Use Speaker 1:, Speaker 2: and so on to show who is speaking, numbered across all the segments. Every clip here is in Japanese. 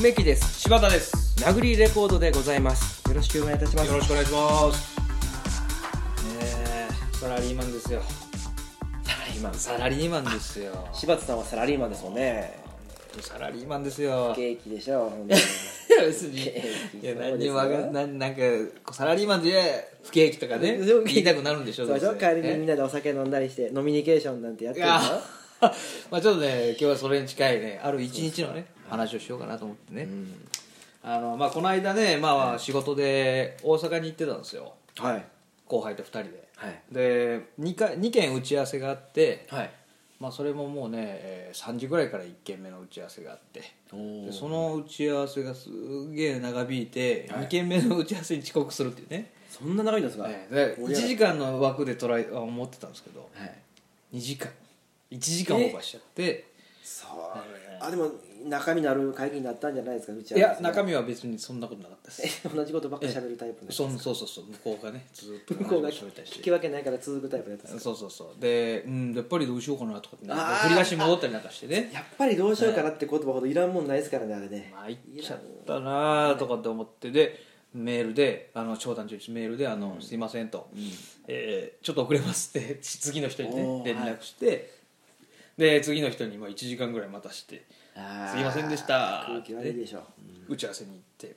Speaker 1: 梅木です
Speaker 2: 柴田です
Speaker 1: 殴りレコードでございますよろしくお願いいたします
Speaker 2: よろしくお願いしますねえサラリーマンですよサラリーマンサラリーマンですよ
Speaker 1: 柴田さんはサラリーマンですもんね
Speaker 2: サラリーマンですよ
Speaker 1: ケーキでしょ本
Speaker 2: い
Speaker 1: 当に
Speaker 2: や別にい
Speaker 1: い
Speaker 2: や
Speaker 1: や
Speaker 2: 何にもわかんなんなんかこうサラリーマンで不景気とかね
Speaker 1: でも
Speaker 2: 言いたくなるんでしょ
Speaker 1: そうでし
Speaker 2: ど
Speaker 1: ょ
Speaker 2: う
Speaker 1: 帰
Speaker 2: せ
Speaker 1: りにみんなでお酒飲んだりして飲みニケーションなんてやっ
Speaker 2: い
Speaker 1: てるの
Speaker 2: や まあちょっとね今日はそれに近いねある一日のね話をしようかなと思ってね、あのまあこの間ねまあ仕事で大阪に行ってたんですよ
Speaker 1: はい
Speaker 2: 後輩と2人で
Speaker 1: はい
Speaker 2: で 2, 回2件打ち合わせがあって、
Speaker 1: はい
Speaker 2: まあ、それももうね、えー3時ぐらいから1件目の打ち合わせがあって
Speaker 1: お
Speaker 2: でその打ち合わせがすげえ長引いて、2件目の打ち合わせに遅刻するっていうね、
Speaker 1: そんな長いんですか、
Speaker 2: ええで1時間の枠でトライは思ってたんですけど
Speaker 1: はい
Speaker 2: 2時間1時間オーバーしちゃって
Speaker 1: そうあでも中身のある会議になったんじゃないですかうち
Speaker 2: いや中
Speaker 1: 身
Speaker 2: 身は別にそんなことなかったです
Speaker 1: 同じことばっかり喋るタイプの
Speaker 2: そんそうそうそう向こうがねずっと
Speaker 1: 向こうが
Speaker 2: 喋ったりし
Speaker 1: 聞
Speaker 2: て
Speaker 1: き分けないから続くタイプだったんです
Speaker 2: そうそうそうで、うん、やっぱりどうしようかなとかってね
Speaker 1: あ
Speaker 2: 振
Speaker 1: ー
Speaker 2: り出しに戻ったりなんかしてね
Speaker 1: やっぱりどうしようかなって言葉ほどいらんもんないですからねあれね
Speaker 2: 参っちゃったなあとかって思ってでメールであの長男中一メールであの「すいません」と、えーちょっと遅れます」って次の人に
Speaker 1: お
Speaker 2: ね
Speaker 1: ー
Speaker 2: 連絡して、で次の人にまあ1時間ぐらい待たして
Speaker 1: す
Speaker 2: 「すいませんでした」
Speaker 1: 空気悪いでしょ
Speaker 2: 打ち合わせに行って、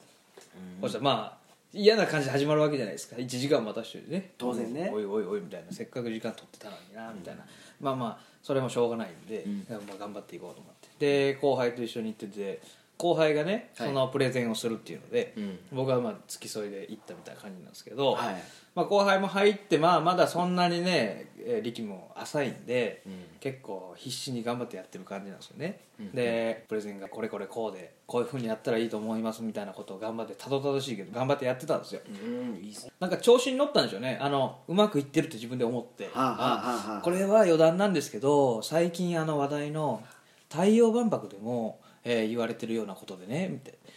Speaker 2: そしたらまあ嫌な感じで始まるわけじゃないですか1時間待たしてね
Speaker 1: 当然ね
Speaker 2: おいおいおいみたいなせっかく時間取ってたのになみたいな、まあまあそれもしょうがないんで、まあ、頑張っていこうと思ってで後輩と一緒に行ってて後輩がね
Speaker 1: はい
Speaker 2: そのプレゼンをするっていうので、
Speaker 1: うん
Speaker 2: 僕はまあ付き添いで行ったみたいな感じなんですけど、
Speaker 1: はい
Speaker 2: まあ、後輩も入って、まあ、まだそんなにねえー力も浅いんで、
Speaker 1: うん
Speaker 2: 結構必死に頑張ってやってる感じなんですよね、でプレゼンがこれこれこうでこういうふうにやったらいいと思いますみたいなことを頑張ってたどたどしいけど頑張ってやってたんですよ
Speaker 1: うんいいっす
Speaker 2: なんか調子に乗ったんでしょうねあのうまくいってるって自分で思って、
Speaker 1: あはあはあはあ
Speaker 2: これは余談なんですけど最近あの話題の太陽万博でも、えー言われてるようなことでねみたいな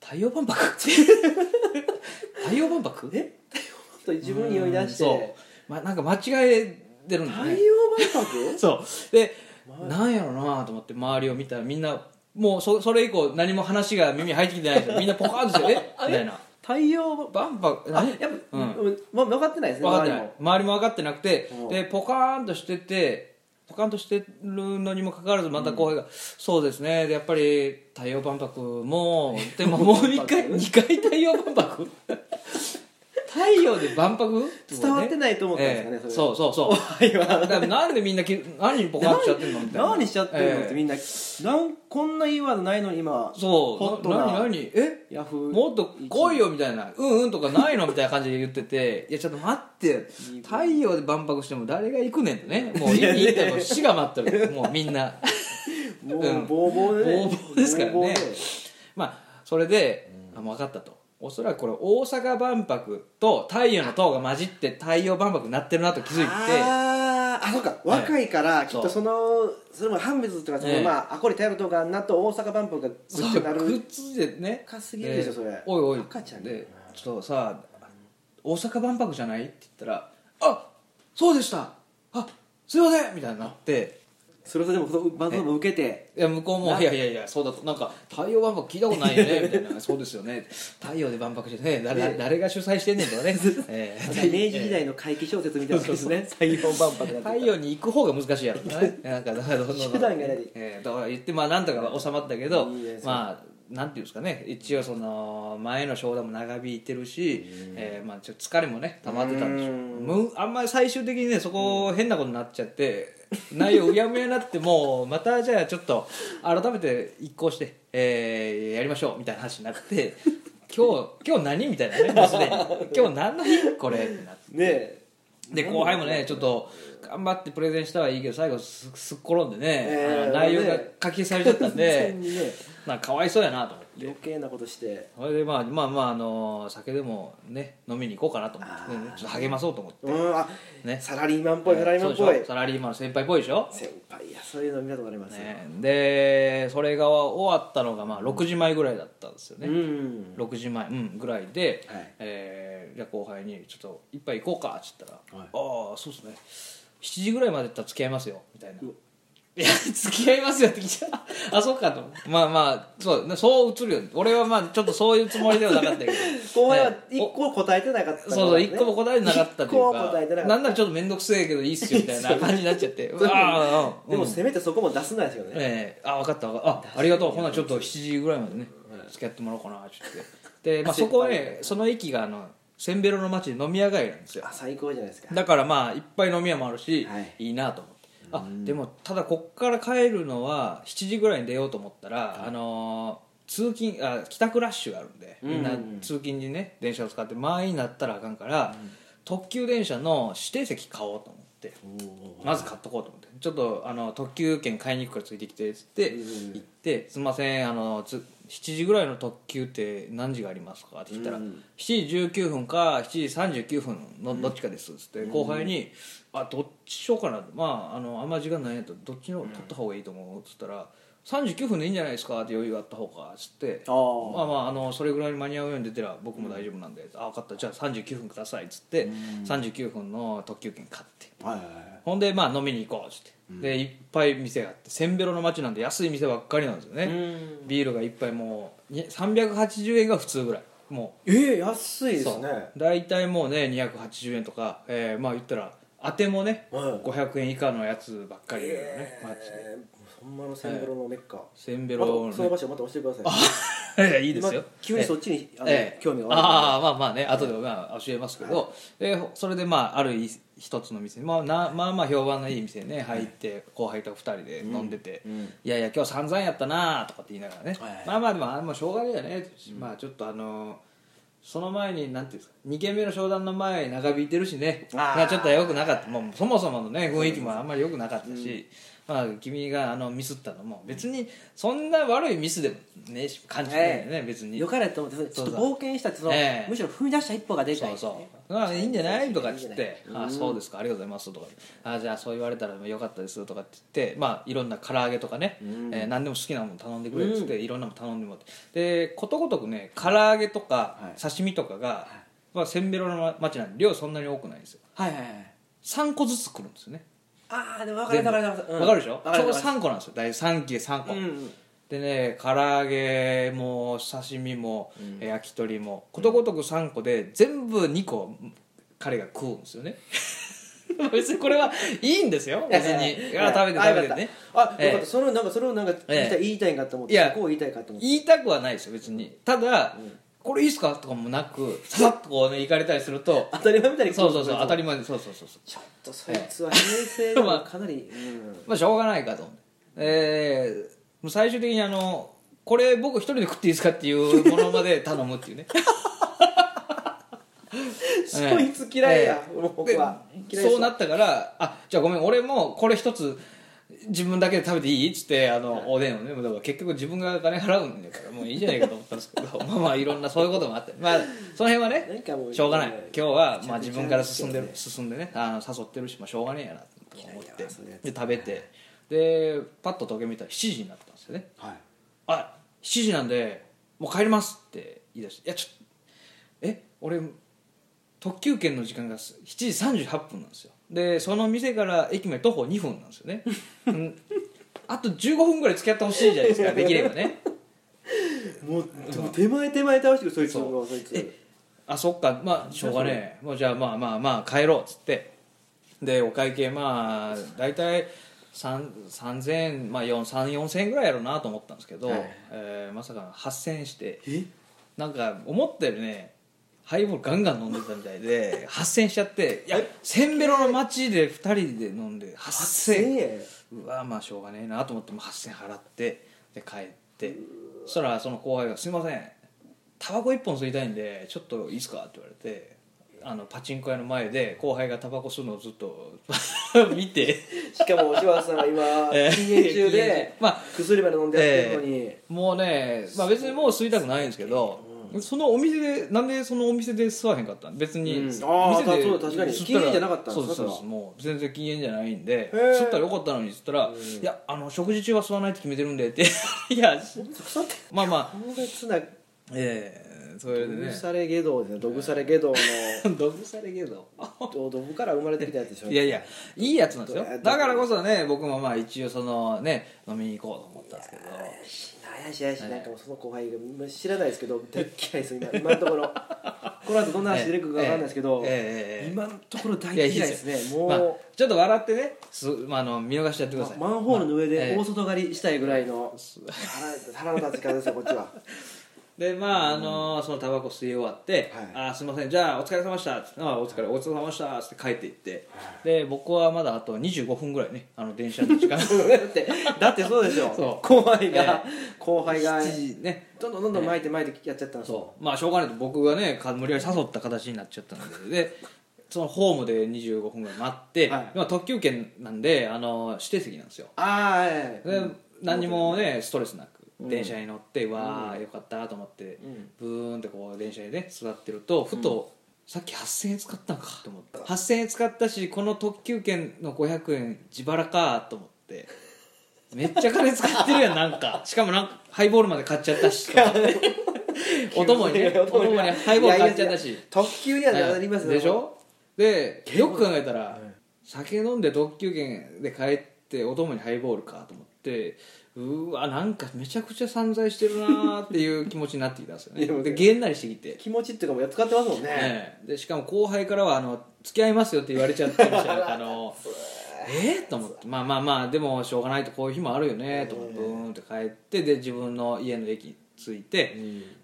Speaker 2: 太陽万博 太陽万博え
Speaker 1: ちょっと自分に酔い出して
Speaker 2: そう、ま、なんか間違えてるんだ
Speaker 1: 太
Speaker 2: ね
Speaker 1: 陽万博
Speaker 2: そうでなんやろなと思って周りを見たらみんなもうそそれ以降何も話が耳に入ってきてないんですよみんなポカーンとして「えみたいな「太陽万博」
Speaker 1: あ
Speaker 2: 何
Speaker 1: やっぱ、
Speaker 2: う
Speaker 1: うんんま、分かってないですね
Speaker 2: 分かって
Speaker 1: 周
Speaker 2: な
Speaker 1: り
Speaker 2: い
Speaker 1: も
Speaker 2: 周りも分かってなくて
Speaker 1: うん
Speaker 2: でポカーンとしててポカーンとしてるのにもかかわらずまた後輩が「そうですねでやっぱり太陽万博もでももう1回2 回太陽万博太陽で万博?ね」
Speaker 1: 伝わってないと思ったんですかね
Speaker 2: ええ
Speaker 1: それ
Speaker 2: そうそうそう
Speaker 1: はいは
Speaker 2: だからなんでみんなき何にポカンとしちゃってんのみたいな
Speaker 1: 何しちゃってるのって
Speaker 2: え
Speaker 1: みんななんこんな言いワードないのに今
Speaker 2: えそう
Speaker 1: ホット
Speaker 2: な何
Speaker 1: な
Speaker 2: 何え
Speaker 1: ヤフー
Speaker 2: もっと来いよみたいな「うんうん」とかないのみたいな感じで言ってて「いやちょっと待って太陽で万博しても誰が行くねん」とねもういいってもう死が待ってるもうみんなう
Speaker 1: もうんボーボーでね
Speaker 2: ボーボーですからね
Speaker 1: ボーボーで
Speaker 2: まあそれで「あもう分かった」と。おそらくこれ大阪万博と太陽の塔が混じって太陽万博になってるなと気づいて
Speaker 1: あーあそうか若いからきっとそのそれも判別とかそ
Speaker 2: え
Speaker 1: の
Speaker 2: え
Speaker 1: まああこれ頼るとかなと大阪万博がずっ
Speaker 2: そ
Speaker 1: と
Speaker 2: う
Speaker 1: な
Speaker 2: くっ
Speaker 1: る
Speaker 2: ついてね
Speaker 1: 深すぎるでしょそれ
Speaker 2: おいおい
Speaker 1: 赤ちゃんだよ
Speaker 2: でちょっとさ大阪万博じゃないって言ったら「あそうでしたあすいません」みたいになって
Speaker 1: それはでもバンドも受けて
Speaker 2: いや向こうも「いやいやいやそうだとなんか太陽万博聞いたことないよ ね」みたいな「そうですよね太陽で万博してね誰誰誰が主催してんねん」とか ね、え
Speaker 1: 明治時代の怪奇小説みたいなことですね太陽万博だ
Speaker 2: 太陽に行く方が難しいやろうね なんかだからどんどん
Speaker 1: 手段がない
Speaker 2: えーだから言ってまあなんとか収まったけど
Speaker 1: いいですね
Speaker 2: まあなんていうんですかね一応その前の商談も長引いてるし、えーまあ、ちょっと疲れもね溜まってたんでしょうむあんまり最終的にねそこ変なことになっちゃって内容うやむやになっても うまたじゃあちょっと改めて一行して、えーやりましょうみたいな話になって今日今日何みたいなねもうすでに今日何の日これってなって。
Speaker 1: ねえ
Speaker 2: で後輩もねちょっと頑張ってプレゼンしたはいいけど最後すすっ転んでね、
Speaker 1: えー
Speaker 2: あの内容が書き消されちゃったんで
Speaker 1: 完全にね
Speaker 2: なんかかわいそうやなと思って
Speaker 1: 余計なことして
Speaker 2: それでまあまあまあ、あの酒でもね飲みに行こうかなと思って、ねちょっと励まそうと思って
Speaker 1: うんあ
Speaker 2: ね
Speaker 1: サラリーマンっぽいサラリーマンっ
Speaker 2: そ
Speaker 1: ぽ
Speaker 2: うで
Speaker 1: い
Speaker 2: しょサラリーマンの先輩っぽいでしょ、
Speaker 1: 先輩いやそういうの見たことあります
Speaker 2: ね、でそれが終わったのがまあ6時前ぐらいだったんですよね、
Speaker 1: うん
Speaker 2: 6時前、うん、ぐらいで、
Speaker 1: はい
Speaker 2: えーじゃあ後輩に「ちょっと一杯行こうか」っつったら「
Speaker 1: はい
Speaker 2: ああそうですね7時ぐらいまでだったら付き合いますよ」みたいな「いや付き合いますよ」って聞いたら「 あそうかとまあまあそうねそう映るよ俺はまあちょっとそういうつもりではなかったけど
Speaker 1: こうは
Speaker 2: ね
Speaker 1: 一個答えてなかったからね
Speaker 2: そうそう一個も答えてなかったという
Speaker 1: 一個も
Speaker 2: か
Speaker 1: 答えてなかった
Speaker 2: なんならちょっと面倒くせえけどいいっすよみたいな感じになっちゃ ってうわあうん
Speaker 1: でもせめてそこも出すないですよね、
Speaker 2: ええあ分かった分かったあありがとうほなちょっと7時ぐらいまでね付き合ってもらおうかなちょっとで、 まあ、そこはねその駅があのセンベロの街で飲み屋街なんですよ
Speaker 1: あ最高じゃないですか
Speaker 2: だからまあいっぱい飲み屋もあるし、
Speaker 1: はい
Speaker 2: い、いなと思ってあでもただこっから帰るのは7時ぐらいに出ようと思ったら、あのー通勤あ帰宅ラッシュがあるんでみんな通勤にね電車を使って満員になったらあかんから、特急電車の指定席買おうと思ってまず買っとこうと思ってちょっとあの特急券買いに行くからついてきてっつって
Speaker 1: うん
Speaker 2: 行って「すいませんあのつ7時ぐらいの特急って何時がありますか?」って聞いたら「
Speaker 1: うん
Speaker 2: 7時19分か7時39分のどっちかです」っつって後輩に「あどっちしようかな」まああのあんま時間ないんやとどっちの方取った方がいいと思う」っつったら「39分でいいんじゃないですか」って余裕があった方かっつって
Speaker 1: あー
Speaker 2: まあまああのそれぐらいに間に合うように出てりゃ僕も大丈夫なんで「あ分かったじゃあ39分ください」っつって39分の特急券買って。
Speaker 1: はいはいはい
Speaker 2: ほんでまあ飲みに行こうっつって、でいっぱい店があってせんべろの街なんで安い店ばっかりなんですよね、ビールが一杯もうに380円が普通ぐらいも
Speaker 1: えー、安いうで
Speaker 2: そ
Speaker 1: す
Speaker 2: う
Speaker 1: ね
Speaker 2: 大体もうね280円とか、えーまあ言ったら当てもね、
Speaker 1: はい
Speaker 2: 500円以下のやつばっかりだよね、マジで
Speaker 1: えー、ほんまのセンブロのメッカ、
Speaker 2: せんべろの
Speaker 1: ま
Speaker 2: ね
Speaker 1: たその場所また教えてください
Speaker 2: ええ いいですよ
Speaker 1: 今急にそっちに、あの
Speaker 2: ええ
Speaker 1: 興味が
Speaker 2: あ
Speaker 1: あ
Speaker 2: あまあまあね後でまあ教えますけど、えーそれでまあある一つの店まあなまあまあ評判のいい店ね入って後輩と二人で飲んでて、
Speaker 1: うん
Speaker 2: いやいや今日散々やったなとかって言いながらね、
Speaker 1: はい
Speaker 2: まあまあでもあれもしょうがないよね、まあちょっとあのその前になんていうんですか2軒目の商談の前長引いてるしね
Speaker 1: あー
Speaker 2: まあちょっと良くなかったもうそもそものね雰囲気もあんまり良くなかったし、まあ、君があのミスったのも別にそんな悪いミスでもね感じてないよね、別に
Speaker 1: よかれと思ってちょっと冒険したってその、
Speaker 2: ええ
Speaker 1: むしろ踏み出した一歩がでか
Speaker 2: そ
Speaker 1: いで
Speaker 2: う
Speaker 1: すね、
Speaker 2: そう「まあいいんじゃない?」とかっつっ
Speaker 1: いいん
Speaker 2: て「あそうですかありがとうございます」とか「あじゃあそう言われたらよかったです」とかって言ってまあいろんな唐揚げとかね、えー何でも好きなもの頼んでくれっつって、いろんなもの頼んでもらってでことごとくね唐揚げとか
Speaker 1: はい
Speaker 2: 刺身とかが、まあ、せんべろの町なんで量そんなに多くないんですよ
Speaker 1: はいはいはい
Speaker 2: 3個ずつ来るんですよね
Speaker 1: ああでも分かる分かる分かる
Speaker 2: わかるでしょ
Speaker 1: 分
Speaker 2: ち
Speaker 1: か
Speaker 2: ょうど
Speaker 1: る分か
Speaker 2: 3個なんですよ大3切れ3個、
Speaker 1: るうん
Speaker 2: でね唐揚げも刺身も、えー焼き鳥もことごとく3個で全部2個彼が食うんですよね 別にこれはいいんですよ別にあ食べて食べてね
Speaker 1: あよかった
Speaker 2: ええ
Speaker 1: それをなんかそれをなんか言いたい,、
Speaker 2: え
Speaker 1: 言いたいんかと思って
Speaker 2: いや
Speaker 1: そこを言いたいかと思って
Speaker 2: 言いたくはないですよ別にただ、これいいっすかとかもなくささっとこうね行かれたりすると
Speaker 1: 当たり前みたいに
Speaker 2: そうそうそう当た
Speaker 1: り
Speaker 2: り前でそうそうそうそう
Speaker 1: ちょっとそいつは優 勢でもかなり、うん
Speaker 2: まあしょうがないかと思って、えーもう最終的にあのこれ僕一人で食っていいですかっていうものまで頼むっていうね
Speaker 1: そいつ嫌いや、
Speaker 2: え
Speaker 1: もう僕
Speaker 2: で
Speaker 1: は嫌い
Speaker 2: そうな
Speaker 1: っ
Speaker 2: ったから「あじゃあごめん俺もこれ一つ自分だけで食べていい?」っつってあのおでんをねだから結局自分が金払うんだからもういいじゃないかと思ったんですけ どまあまあいろんなそういうこともあってまあその辺は
Speaker 1: なん
Speaker 2: ね
Speaker 1: かもう
Speaker 2: しょうがない今日はまあ
Speaker 1: めちゃめち
Speaker 2: 自
Speaker 1: ゃ
Speaker 2: 分から進んでる
Speaker 1: 嫌い
Speaker 2: 進んでねあの誘ってるし、まあ、しょうがねえやなと思っ
Speaker 1: 嫌い
Speaker 2: て
Speaker 1: だわそのやつ
Speaker 2: で食べてでパッと時計見たら7時になったんですよね
Speaker 1: はい
Speaker 2: あ7時なんでもう帰りますって言い出して「いやちょっとえ俺特急券の時間が7時38分なんですよでその店から駅まで徒歩2分なんですよね、うん、あと15分ぐらい付き合ってほしいじゃないです かできればね
Speaker 1: もうでも手前手前倒してくるそいつ
Speaker 2: そ
Speaker 1: もそいつ
Speaker 2: あそっかまあしょうがねえもうじゃあまあまあまあ帰ろうっつってでお会計まあ大体3 3000円、まあ、4 3 4 0 0円ぐらいやろうなと思ったんですけど、
Speaker 1: はい
Speaker 2: えーまさか8000円して
Speaker 1: え
Speaker 2: なんか思ったよりねハイボールガンガン飲んでたみたいで8000円しちゃっていやせんべろの街で2人で飲んで8000
Speaker 1: 1000
Speaker 2: 円
Speaker 1: 円
Speaker 2: うわまあしょうがねえなと思ってもう8000円払ってで帰ってそしたらその後輩が「すいませんタバコ1本吸いたいんでちょっといいっすか?」って言われてあのパチンコ屋の前で後輩がタバコ吸うのをずっと 見て
Speaker 1: しかもおしわさんは今
Speaker 2: えー
Speaker 1: 禁煙
Speaker 2: 禁
Speaker 1: 中
Speaker 2: 煙
Speaker 1: で
Speaker 2: 中まあ
Speaker 1: 薬まで飲んでやってるのに、
Speaker 2: もうね、まあ、別にもう吸いたくないんですけど、そのお店でなんでそのお店で吸わへんかったん別に、
Speaker 1: うん
Speaker 2: 店で
Speaker 1: あーそうだ確かに
Speaker 2: 吸ったら
Speaker 1: 禁煙じゃなかったんです
Speaker 2: そう
Speaker 1: か
Speaker 2: ですそうで
Speaker 1: そ
Speaker 2: すもう全然禁煙じゃないんで
Speaker 1: へー
Speaker 2: 吸ったらよかったのにっつったら「いやあの食事中は吸わないって決めてるんで」っていや
Speaker 1: そんな
Speaker 2: まあまあ
Speaker 1: 強烈な
Speaker 2: ええそれで
Speaker 1: 毒
Speaker 2: ね
Speaker 1: されゲドウですね毒されゲドウ
Speaker 2: 毒されけど
Speaker 1: の毒から生まれてきたやつでしょ
Speaker 2: いやいやいいやつなんですよ
Speaker 1: どうや
Speaker 2: だからこそね僕もまあ一応そのね飲みに行こうと思ったんですけど
Speaker 1: 林林なんかもうその後輩がまあ知らないですけど大っ嫌いです今今のと ころこの後どんな話出てくるかわかんないですけど、
Speaker 2: ええええええ
Speaker 1: 今のところ大
Speaker 2: いや
Speaker 1: 嫌
Speaker 2: いいで
Speaker 1: いですすね
Speaker 2: まあ
Speaker 1: も
Speaker 2: ちょっと笑ってねす、まあ、あの見逃しちゃって
Speaker 1: う、
Speaker 2: ください
Speaker 1: マンホールの
Speaker 2: まあ
Speaker 1: 上
Speaker 2: え
Speaker 1: で
Speaker 2: え
Speaker 1: 大外刈りしたいぐらいの腹腹の立つ感じですよこっちは
Speaker 2: でまああのそのタバコ吸い終わって「
Speaker 1: は
Speaker 2: あーすいませんじゃあお疲れ様でした」あーお疲れお疲れ様でした」つって帰っていってで僕はまだあと25分ぐらいねあの電車の時 間
Speaker 1: だってだってそうでしょ
Speaker 2: そう
Speaker 1: 後輩が、
Speaker 2: え
Speaker 1: 後輩が
Speaker 2: 7時ね
Speaker 1: どんどんどんどん巻いて巻いてやっちゃったんですよ
Speaker 2: そうまあしょうがないと僕がねか無理やり誘った形になっちゃったのででそのホームで25分ぐらい待って、
Speaker 1: はい
Speaker 2: 今特急券なんであの指定席なんですよ
Speaker 1: ああええ
Speaker 2: で、何にもねストレスなく電車に乗って、わあよかったと思って、
Speaker 1: ん
Speaker 2: ブーンってこう電車にね座ってるとふと、さっき8000円使ったんかと思って8000円使ったしこの特急券の500円自腹かと思ってめっちゃ金使ってるやんなん かしかもなんかハイボールまで買っちゃったしと思って お供にねお供にハイボール買っちゃった
Speaker 1: いやい
Speaker 2: し
Speaker 1: や特急にはなります
Speaker 2: でしょでよく考えたら酒飲んで特急券で帰ってお供にハイボールかと思ってうわなんかめちゃくちゃ散財してるなーっていう気持ちになってきたんですよ
Speaker 1: いやも
Speaker 2: ねで
Speaker 1: う
Speaker 2: げんなりしてきて、
Speaker 1: 気持ちっていうかもうやっ使ってますもんね、
Speaker 2: ええでしかも後輩からはあの「付き合いますよ」って言われちゃってるし あのえー、と思ってまあまあまあでもしょうがないとこういう日もあるよねと思ってブーンって帰ってで自分の家の駅着いて、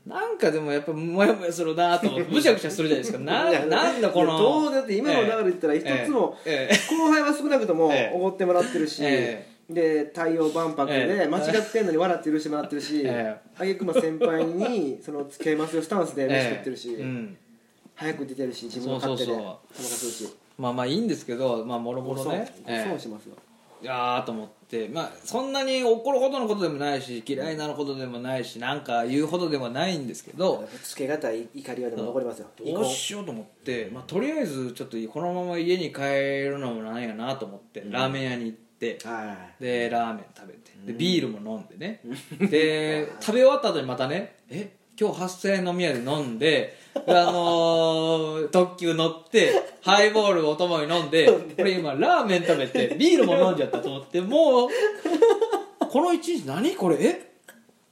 Speaker 2: なんかでもやっぱモヤモヤするなと思 ってむしゃくしゃするじゃないですか
Speaker 1: い
Speaker 2: な
Speaker 1: や
Speaker 2: なんだこの
Speaker 1: いやどうだって今の流れ言ったら一つも
Speaker 2: ええええ
Speaker 1: 後輩は少なくとも
Speaker 2: ええ
Speaker 1: おごってもらってるし、
Speaker 2: え
Speaker 1: で太陽万博
Speaker 2: ええ
Speaker 1: で間違ってんのに笑って許してもらってるし、
Speaker 2: え
Speaker 1: あげくま先輩にその付き合いますよスタンスで飯食ってるし、
Speaker 2: うん、
Speaker 1: 早く出てるし自分の勝手
Speaker 2: そ
Speaker 1: で
Speaker 2: う
Speaker 1: そ
Speaker 2: そう
Speaker 1: う
Speaker 2: そう
Speaker 1: そうそうし
Speaker 2: まあまあいいんですけどまあもろもろ
Speaker 1: そう
Speaker 2: ねええ
Speaker 1: そうしますよ、
Speaker 2: いやーと思ってまあそんなに怒るほどのことでもないし嫌いなのことでもないしなんか言うほどでもないんですけど
Speaker 1: つけがたい怒りはでも残りますよ
Speaker 2: どうしようと思って、まあ、とりあえずちょっとこのまま家に帰るのもなんやなと思って、ラーメン屋に行って
Speaker 1: 遺恨はい
Speaker 2: でラーメン食べてでビールも飲んで ねで食べ終わった後にまたねえ今日8000円飲み屋で飲んでであの ー特急乗ってハイボールをお供に飲んでこれ今ラーメン食べてビールも飲んじゃったと思ってもうこの一日何これえ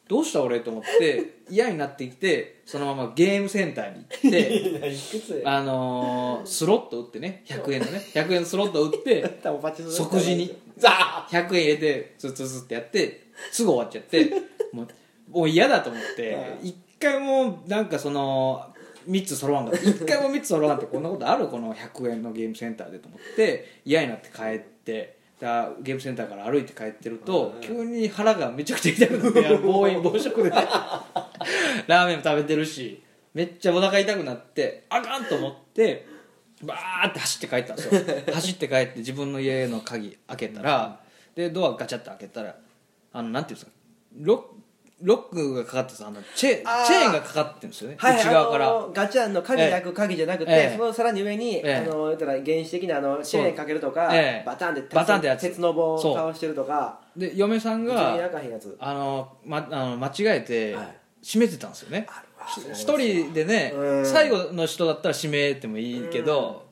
Speaker 2: どうした俺と思って嫌になってきてそのままゲームセンターに行 って
Speaker 1: いやいくつ
Speaker 2: あのースロット打ってね100円のね100円のスロット打って
Speaker 1: 多分パチスロ
Speaker 2: 即時に
Speaker 1: ザ
Speaker 2: 100円入れてツッツッツッってやってすぐ終わっちゃって もうもう嫌だと思って
Speaker 1: う
Speaker 2: 一回もなんかその3つ揃わんかった一回も3つ揃わんってこんなことあるこの100円のゲームセンターでと思って嫌になって帰ってだゲームセンターから歩いて帰ってると急に腹がめちゃくちゃ痛くなって暴飲暴食で ラーメンも食べてるしめっちゃお腹痛くなってあかんと思ってバーって走って帰ったんですよ走って帰って自分の家の鍵開けたら、でドアガチャッと開けたらあのなんていうんですかロッロックがかかってさあのチェーン
Speaker 1: あー
Speaker 2: チェーンがかかってるんですよね、
Speaker 1: はい、
Speaker 2: 内側から、
Speaker 1: あのーガチャンの鍵開く鍵じゃなくて、
Speaker 2: ええ
Speaker 1: そのさらに上に、
Speaker 2: ええ
Speaker 1: あのー言ったら原始的なあのチェーンかけるとか、
Speaker 2: ええ
Speaker 1: バタンで
Speaker 2: バタンってやつ
Speaker 1: 鉄の棒を
Speaker 2: そう
Speaker 1: 倒してるとか
Speaker 2: で嫁さん
Speaker 1: 普通に
Speaker 2: が
Speaker 1: 開かへんやつ
Speaker 2: あの、ま、あの間違えて
Speaker 1: はい
Speaker 2: 閉めてたんですよね、一人でね
Speaker 1: うん
Speaker 2: 最後の人だったら閉めてもいいけど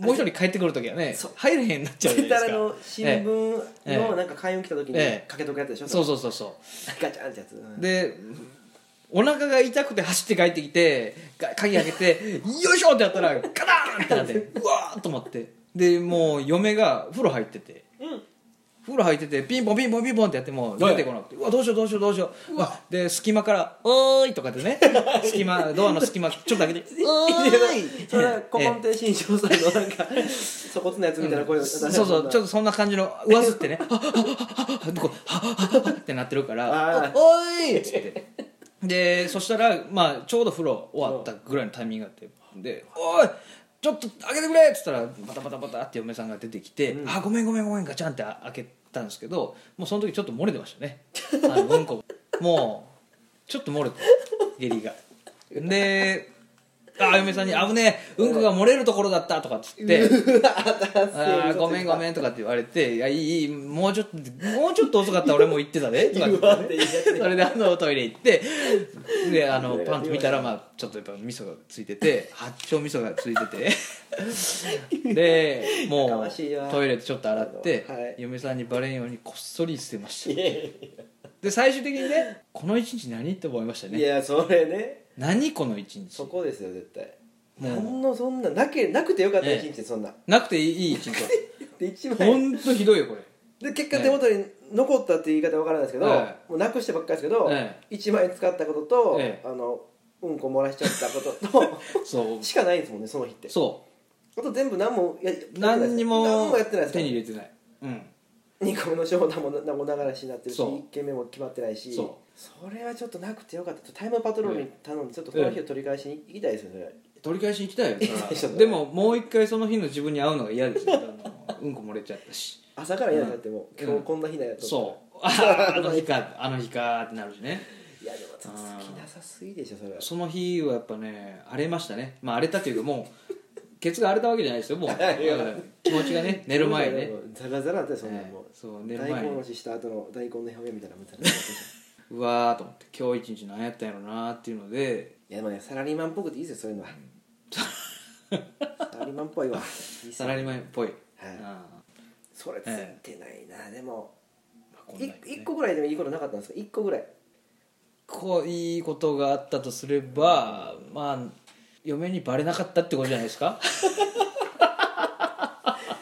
Speaker 2: もう一人帰ってくる時はね
Speaker 1: そう
Speaker 2: 入れへんになっちゃうじゃ
Speaker 1: ツイ
Speaker 2: ないで
Speaker 1: ッタ
Speaker 2: すか
Speaker 1: ーの新
Speaker 2: え
Speaker 1: 聞
Speaker 2: えええ
Speaker 1: のなんか開運来た時に
Speaker 2: ええ
Speaker 1: かけとくやつでしょ、
Speaker 2: えそう
Speaker 1: そ
Speaker 2: そうそうそう
Speaker 1: のガチャンってやつ、うん
Speaker 2: でお腹が痛くて走って帰ってきてが鍵開けて「よいしょ!」ってやったらガターンってなってうわーっと思ってでもう嫁が風呂入ってて、風呂入っててピンポンピンポンピンポンってやっても出てこなくて「うわどうしようどうしようどうしよう」で隙間から「おーい!」とかでね隙間ドアの隙間ちょっと開 けて「おーい!」
Speaker 1: それは古今亭新庄さんのなんか粗骨なやつみたいな声を出
Speaker 2: そうそうちょっとそんな感じの上ずってね 「はっはっはっはっはっはっはっ」ってなってるから
Speaker 1: あー
Speaker 2: 「おおい!」っつってでそしたら、まあ、ちょうど風呂終わったぐらいのタイミングがあってで「おいちょっと開けてくれ!」っつったらバタバタバタって嫁さんが出てきて「あごめんごめんごめん」ガチャンって開けたんですけどもうその時ちょっと漏れてましたねあ のうんこもうちょっと漏れて下痢がであ嫁さんに「危ねえうんこが漏れるところだった」とかっつって 「あーごめんご
Speaker 1: ん
Speaker 2: めん」とかって言われて「いやいいいいもうちょっともうちょっと遅かったら俺も行ってたで」とかって
Speaker 1: 言わんでいいやつ
Speaker 2: それであのトイレ行ってであのパンツ見たらまあちょっとやっぱ味噌がついてて八丁味噌がついててでも
Speaker 1: か
Speaker 2: う
Speaker 1: ましいよ
Speaker 2: トイレでちょっと洗って、
Speaker 1: はい
Speaker 2: 嫁さんにバレんようにこっそり捨てました
Speaker 1: いやい
Speaker 2: で最終的にねこの一日何って思いました
Speaker 1: や
Speaker 2: ね
Speaker 1: いやそれね
Speaker 2: 何この一日
Speaker 1: そこですよ絶対
Speaker 2: もう
Speaker 1: ほんのそんななけなくてよかった
Speaker 2: ええ
Speaker 1: 一日そん な
Speaker 2: なくていい一日
Speaker 1: で一枚
Speaker 2: ほんとひどいよこれ
Speaker 1: で結果手元に残ったっていう言い方わからないですけど、
Speaker 2: え
Speaker 1: もうなくしてばっかりですけど、
Speaker 2: え
Speaker 1: 一万円使ったことと、
Speaker 2: ええ
Speaker 1: あのうんこ漏らしちゃったこと と
Speaker 2: そう
Speaker 1: しかないですもんねその日って
Speaker 2: そ
Speaker 1: あと全部何もややって
Speaker 2: う
Speaker 1: ないです
Speaker 2: 何にも
Speaker 1: 何もやってないです
Speaker 2: 手
Speaker 1: から
Speaker 2: に入れてないうん
Speaker 1: 二個目の商談も何も流しになってるし
Speaker 2: そう
Speaker 1: 1件目も決まってないし
Speaker 2: そ
Speaker 1: それはちょっとなくてよかったタイムパトロールに頼んでちょっとその日を取り返しに行きたいですよね
Speaker 2: 取り返しに行き たいよそれ
Speaker 1: 行きたい人だ
Speaker 2: は
Speaker 1: ね
Speaker 2: でももう一回その日の自分に会うのが嫌 ですよあのうんこ漏れちゃったし
Speaker 1: 朝から嫌になっても、
Speaker 2: うん
Speaker 1: 今日こんな日だよと
Speaker 2: そう あーあの日かあの日かってなるしね
Speaker 1: いやでもちょっと好きなさすぎでしょそれは
Speaker 2: その日はやっぱね荒れましたねまあ荒れたというかもうケツが荒れたわけじゃないですよもう
Speaker 1: いや
Speaker 2: うん気持ちが ね寝る前にね
Speaker 1: ザラザラってそんなもう
Speaker 2: ええそう寝る
Speaker 1: 大
Speaker 2: 前
Speaker 1: 根お
Speaker 2: に
Speaker 1: ろしした後の大根の表面みたいなのみ たいないう
Speaker 2: わーと思って今日一日何やったんやろなーっていうので
Speaker 1: やでもねサラリーマンっぽくていいですよそういうのはサラリーマンっぽいわいいっ す
Speaker 2: サ
Speaker 1: よ
Speaker 2: ラリーマンっぽい、
Speaker 1: はい
Speaker 2: あ
Speaker 1: それついてないな、でも
Speaker 2: ーまあこんな
Speaker 1: 一
Speaker 2: んですね
Speaker 1: 一個ぐらいでもいいことなかったんですか一個ぐらい
Speaker 2: こういいことがあったとすればまあ嫁にバレなかったってことじゃないです か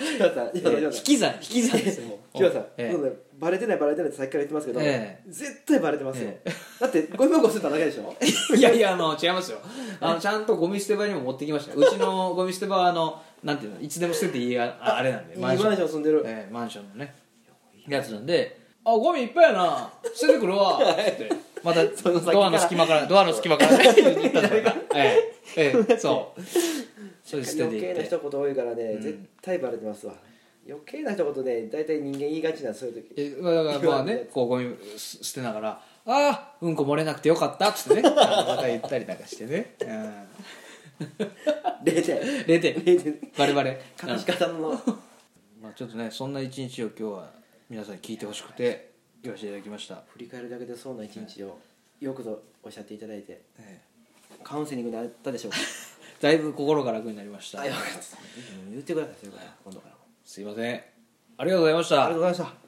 Speaker 1: 千葉さん、
Speaker 2: え
Speaker 1: 千葉さん
Speaker 2: ー引き算引き算ですよもう
Speaker 1: 千葉さん、
Speaker 2: え
Speaker 1: そう
Speaker 2: ー
Speaker 1: だよバレてないバレてないってさっきから言ってますけど、
Speaker 2: え
Speaker 1: 絶対バレてますよ、
Speaker 2: え
Speaker 1: だってゴミ箱捨てただけでし ょ
Speaker 2: いやいやあの違いますよあのちゃんとゴミ捨て場にも持ってきましたようちのゴミ捨て場はあのなんていうのいつでも捨てていいあああれなんで
Speaker 1: いいマンション住んでる、
Speaker 2: ええマンションのねやつなんで「あゴミいっぱいやな捨ててくる わ」っつってまた
Speaker 1: の先から
Speaker 2: ドアの隙間からドアの隙間 からね言ったんだよな ええええそうそれで捨てて
Speaker 1: 余
Speaker 2: い
Speaker 1: 計
Speaker 2: っ
Speaker 1: な
Speaker 2: て
Speaker 1: 一言多いからね、
Speaker 2: ん
Speaker 1: 絶対バレてますわ余計な一言ね大体人間言いがちなんですそういう時
Speaker 2: えまあだからまあねこうゴミす捨てながら「あーうんこ漏れなくてよかった」っつってねあのまた言ったりなんかしてね、うん、
Speaker 1: 0点
Speaker 2: 0点
Speaker 1: 0点
Speaker 2: バレバレ、
Speaker 1: 隠し方の
Speaker 2: まあ、ちょっとねそんな一日を今日は皆さんに聞いてほしくて言わせていただきました、
Speaker 1: 振り返るだけでそうな一日をよくぞおっしゃっていただいて
Speaker 2: え
Speaker 1: カウンセリングになった でしょうか
Speaker 2: えだいぶ心が楽になりました
Speaker 1: あよかったです言ってくださいそういうことは今度からも
Speaker 2: すいませんありがとうございました
Speaker 1: ありがとうございました